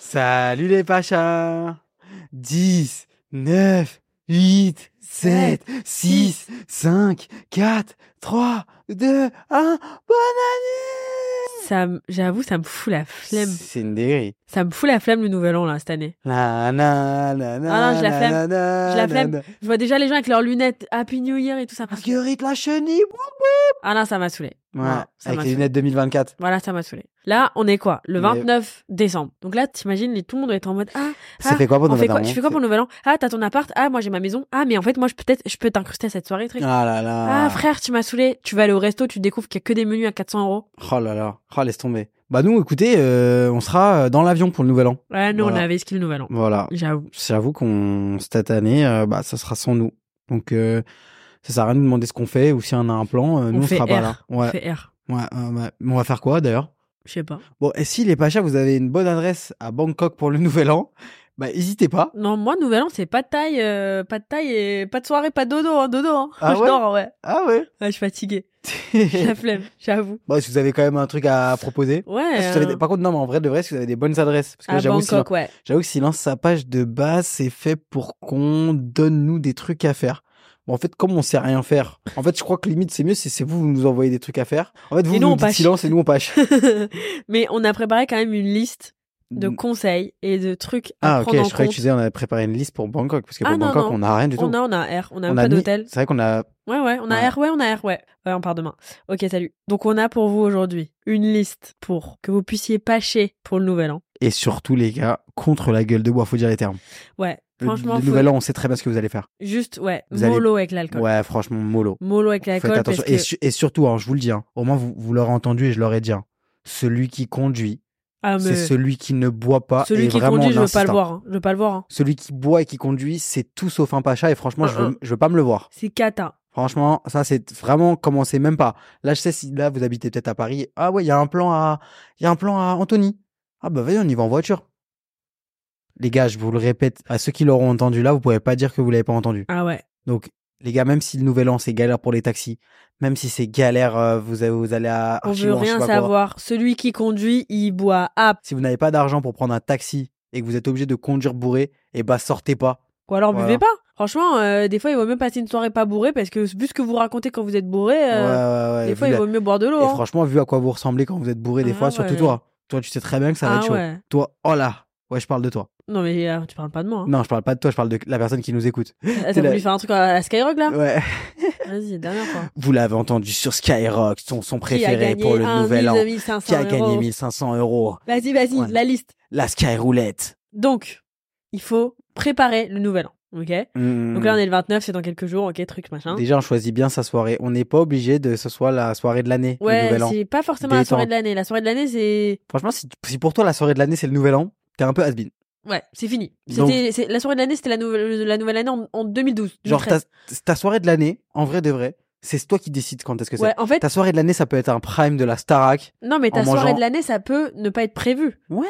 Salut les Pachas 10, 9, 8, 7, 6, 5, 4, 3, 2, 1, bonne année Ça, me- j'avoue, ça me fout la flemme. C'est une dinguerie. Ça me fout la flemme le nouvel an là cette année. La, na, na, na, Ah non, je la na, flemme. na, na, Je la na, flemme. na. Je vois déjà les gens avec leurs lunettes Happy New Year et tout ça. Marguerite la chenille Ah non, ça m'a saoulé. Ah, Ouais, Voilà, ça avec m'a les saoulé. lunettes 2024. Voilà, ça m'a saoulé. Là, on est quoi Le Mais- 29 décembre. Donc là, t'imagines, les- tout le monde doit être en mode Ah, Ça Ah, fait quoi pour on fait Noël quoi, Daron tu fais quoi pour le nouvel an Ah, t'as ton appart Ah, moi j'ai ma maison. Ah, mais en fait, moi, je peut-être, je peux t'incruster à cette soirée, truc. Ah là là. Ah, frère, tu m'as saoulé. Tu vas aller au resto, tu découvres qu'il y a que des menus à 400 euros. Oh là là. Oh, laisse tomber. Bah nous, écoutez, euh, on sera euh, dans l'avion pour le nouvel an. Ouais, Ah, nous, on Voilà. avait skill le nouvel an. Voilà. J'avoue. J'avoue qu'on cette année, euh, bah, ça sera sans nous. Donc euh, ça sert à rien de nous demander ce qu'on fait ou si on a un plan. euh, nous, on fait sera pas R. là. On Ouais. fait R. Ouais, ouais, ouais. Mais on va faire quoi d'ailleurs Je sais pas. Bon, et si les Pachas, vous avez une bonne adresse à Bangkok pour le nouvel an, bah n'hésitez pas. Non, moi, Nouvel An, c'est pas de taille, euh, pas de taille et pas de soirée, pas de dodo, hein, dodo. Hein. Ah je ouais dors, ouais. Ah ouais. Ouais, Je suis fatiguée. J'ai la flemme, j'avoue. bon, si vous avez quand même un truc à proposer. Ouais. Ah, si vous avez des- euh, Par contre, non, mais en vrai, de vrai, si vous avez des bonnes adresses, parce que à j'avoue, Silen- Bangkok, ouais. j'avoue que silence sa page de base, c'est fait pour qu'on donne nous des trucs à faire. Bon, en fait, comme on sait rien faire, en fait, je crois que limite c'est mieux si c'est vous, vous nous envoyez des trucs à faire. En fait, vous, Et vous nous, nous on dites pâche. silence et nous on pâche. Mais on a préparé quand même une liste de conseils et de trucs Mm. à Ah ok, prendre en je croyais compte. que tu disais on avait préparé une liste pour Bangkok parce que pour Ah, non, Bangkok non. on n'a rien du tout. on a, on a R, on a même a pas mis- d'hôtel. C'est vrai qu'on a Ouais, ouais, on a Ouais. R, ouais, on a R, ouais. Ouais, on part demain. Ok, salut. Donc, on a pour vous aujourd'hui une liste pour que vous puissiez pâcher pour le Nouvel An. et surtout les gars contre la gueule de bois, faut dire les termes. Ouais, Le, franchement, le faut- nouvel an, on sait très bien ce que vous allez faire. juste, ouais, Vous allez- mollo avec l'alcool. Ouais, franchement mollo. Mollo avec Faites l'alcool. attention parce et, que- su- et surtout hein, je vous le dis hein, au moins vous, vous l'aurez entendu et je l'aurais dit. hein, celui qui conduit, Ah, mais- c'est celui qui ne boit pas Celui et qui vraiment conduit, on je veux pas le insiste, hein. voir. hein. Je veux pas le voir. hein. Celui qui boit et qui conduit, c'est tout sauf un pacha et franchement, je, Un, veux, je veux pas me le voir. C'est cata. Franchement, ça c'est vraiment commencez même pas. Là, je sais si là vous habitez peut-être à Paris. Ah ouais, il y a un plan à il y a un plan à Anthony. Ah bah vas-y, on y va en voiture. Les gars, je vous le répète, à ceux qui l'auront entendu là, vous pouvez pas dire que vous l'avez pas entendu. Ah ouais. Donc les gars, même si le nouvel an c'est galère pour les taxis, même si c'est galère euh, vous avez- vous allez à On veut Archimon, je sais rien pas quoi. savoir. Celui qui conduit, il boit. Ah, Si vous n'avez pas d'argent pour prendre un taxi et que vous êtes obligé de conduire bourré, eh bah sortez pas. ou alors Voilà. buvez pas. Franchement, euh, des fois, il vaut mieux passer une soirée pas bourrée parce que vu ce que vous racontez quand vous êtes bourré, euh, Ouais, ouais, ouais, des fois, vu il la- vaut mieux boire de l'eau. Et hein. franchement, vu à quoi vous ressemblez quand vous êtes bourré des Ah fois, surtout ouais. toi. Toi, tu sais très bien que ça va Ah être chaud. ouais. Toi, oh là Ouais, je parle de toi. Non, mais euh, tu parles pas de moi. hein. Non, je parle pas de toi, je parle de la personne qui nous écoute. Ah, t'es T'as là. voulu faire un truc à la Skyrock là Ouais. Vas-y, dernière fois. Vous l'avez entendu sur Skyrock, son son préféré pour le nouvel an. Qui a gagné 1500 euros. Vas-y, vas-y, Ouais. la liste. La Skyroulette. Donc, il faut préparer le nouvel an. Ok Hmm. Donc là, on est hein. le 29, c'est dans quelques jours. Ok, truc, machin. Déjà, on choisit bien sa soirée. On n'est pas obligé de ce soit la soirée de l'année, le Ouais, nouvel an. c'est pas forcément la soirée Détente. de l'année. La soirée de l'année, c'est. Franchement, si, si pour toi la soirée de l'année c'est le nouvel an, t'es un peu has Ouais, c'est fini. Donc- C'était c'est- la soirée de l'année, c'était la nouvelle la nouvelle année en, en 2012. Genre, ta, 2013. ta soirée de l'année, en vrai de vrai, c'est toi qui décides quand est-ce que c'est. ouais, en fait, Ta soirée de l'année, ça peut être un prime de la Starac. non mais ta en soirée mangeant- Hmm. de l'année, ça peut ne pas être prévu. Mmh,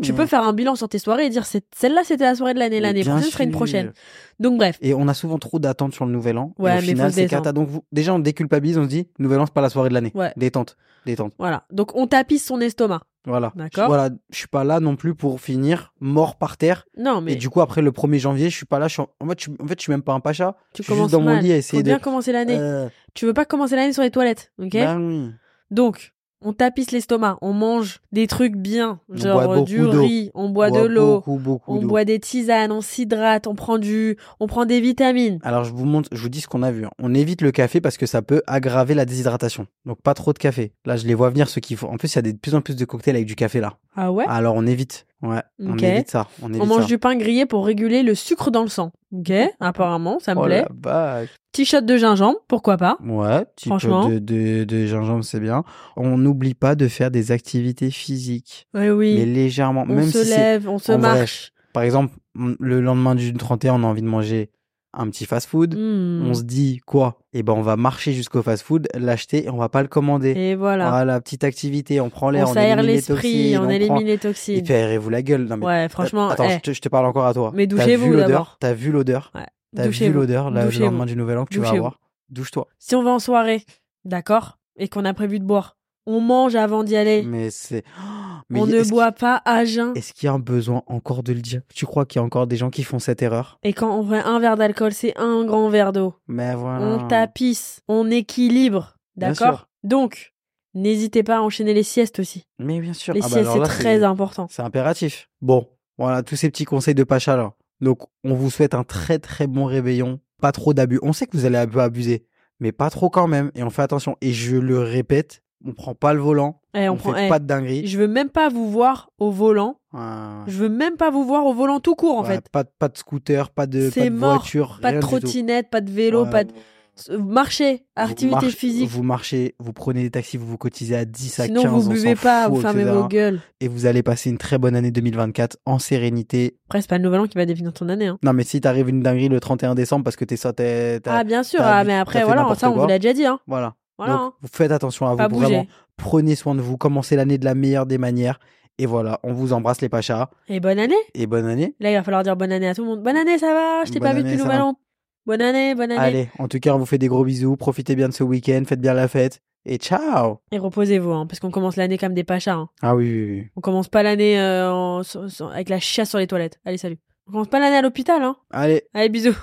Tu mais- peux faire un bilan sur tes soirées et dire c'est celle-là c'était la soirée de l'année, l'année Bien prochaine ce sera une sûr. prochaine. Donc bref, Et on a souvent trop d'attentes sur le nouvel an. Ouais, et au mais final, faut se c'est détendre. cata. Donc, vous- déjà, on déculpabilise, on se dit, nouvel an, c'est pas la soirée de l'année. Ouais. Détente. Détente. voilà. Donc on tapisse son estomac. Voilà. D'accord. Je- Voilà, je suis pas là non plus pour finir mort par terre. Non mais Et du coup, après le 1er janvier, je suis pas là. Je suis en... en fait, je... en fait, je suis même pas un pacha. je tu suis juste commences dans mon mal. lit à essayer Faut bien de- commencer l'année. Euh, Tu veux pas commencer l'année sur les toilettes, ok bah oui. Donc on tapisse l'estomac, on mange des trucs bien, On genre boit euh, du beaucoup d'eau. riz, on boit On de l'eau, Beaucoup, beaucoup on d'eau. boit des tisanes, on s'hydrate, on prend du, on prend des vitamines. Alors, je vous montre, je vous dis ce qu'on a vu. hein. On évite le café parce que ça peut aggraver la déshydratation. Donc, pas trop de café. Là, je les vois venir ceux qui font. En plus, il y a des- de plus en plus de cocktails avec du café là. Ah ouais. Alors, on évite. Ouais, on Ok. évite ça. On, évite On mange ça. du pain grillé pour réguler le sucre dans le sang. Ok, apparemment, ça me Oh plaît. la vache. Petit shot de gingembre, pourquoi pas Ouais, petit Franchement. peu de, de, de gingembre, c'est bien. On n'oublie pas de faire des activités physiques, Eh Oui, mais oui. légèrement. on même se si c'est- lève, on se en vrai, marche. Par exemple, m- le lendemain du 31, on a envie de manger un petit fast-food. Hmm. On se dit quoi Eh ben, on va marcher jusqu'au fast-food, l'acheter et on va pas le commander. Et voilà. Voilà, petite activité, on prend on l'air, on, s'aère élimine les l'esprit, toxines, on, on élimine prend... les toxines. Et puis aérez-vous la gueule. Non, mais... Ouais, franchement, Attends, eh, je, te, je te parle encore à toi. Mais T'as douchez-vous vu l'odeur- d'abord. T'as vu l'odeur T'as vu douchez-vous. l'odeur là, le Douchez-vous. lendemain du nouvel an que tu vas Douchez-vous. avoir Douche-toi. Si on va en soirée, d'accord, et qu'on a prévu de boire, on mange avant d'y aller, Mais c'est. Oh, mais on y- ne est-ce boit pas à jeun. qu'il- Est-ce qu'il y a un besoin encore de le dire Tu crois qu'il y a encore des gens qui font cette erreur Et quand on vrai un verre d'alcool, c'est un grand verre d'eau. Mais voilà. On tapisse, on équilibre, Bien d'accord sûr. Donc, n'hésitez pas à enchaîner les siestes aussi. Mais bien sûr. Les Ah bah siestes, alors c'est là, très important. C'est impératif. Bon, voilà tous ces petits conseils de Pacha là. Donc, on vous souhaite un très très bon réveillon. Pas trop d'abus. On sait que vous allez un peu abuser, mais pas trop quand même. Et on fait attention. Et je le répète, on prend pas le volant. Eh, on on prend- fait eh, pas de dinguerie. Je veux même pas vous voir au volant. Ouais, ouais. Je veux même pas vous voir au volant tout court, en Ouais, fait. Pas, de- pas de scooter, pas de, C'est pas de mort. voiture, Pas rien de du tout. trottinette, pas de vélo, Ouais. pas de s- euh, marcher, activité marchez- physique. Vous marchez, vous prenez des taxis, vous vous cotisez à 10 à Sinon, 15 vous on buvez s'en pas, vous fout, fermez etc.. vos gueules. Et vous allez passer une très bonne année 2024 en sérénité. Après, c'est pas le nouvel an qui va définir ton année. Hein. Non, mais si t'arrives une dinguerie le 31 décembre parce que t'es ça, t'es- t'as- Ah, bien sûr, t'as ah, habit- mais t'as après, fait voilà, n'importe ça, on quoi. vous l'a déjà dit. Hein. Voilà. Voilà, Donc, hein. vous faites attention à vous. pas vraiment, bouger. prenez soin de vous. Commencez l'année de la meilleure des manières. Et voilà, on vous embrasse les Pachas. Et bonne année. Et bonne année. Là, il va falloir dire bonne année à tout le monde. Bonne année, ça va Je t'ai Bonne pas vu année, depuis le ça nouvel va. an. Bonne année, bonne année. Allez, en tout cas, on vous fait des gros bisous. Profitez bien de ce week-end. Faites bien la fête. Et ciao. Et reposez-vous, hein, parce qu'on commence l'année comme des pachas. hein. Ah oui, oui, oui. On commence pas l'année euh, en- sans- sans- avec la chiasse sur les toilettes. Allez, salut. On commence pas l'année à l'hôpital. Hein. Allez. Allez, bisous.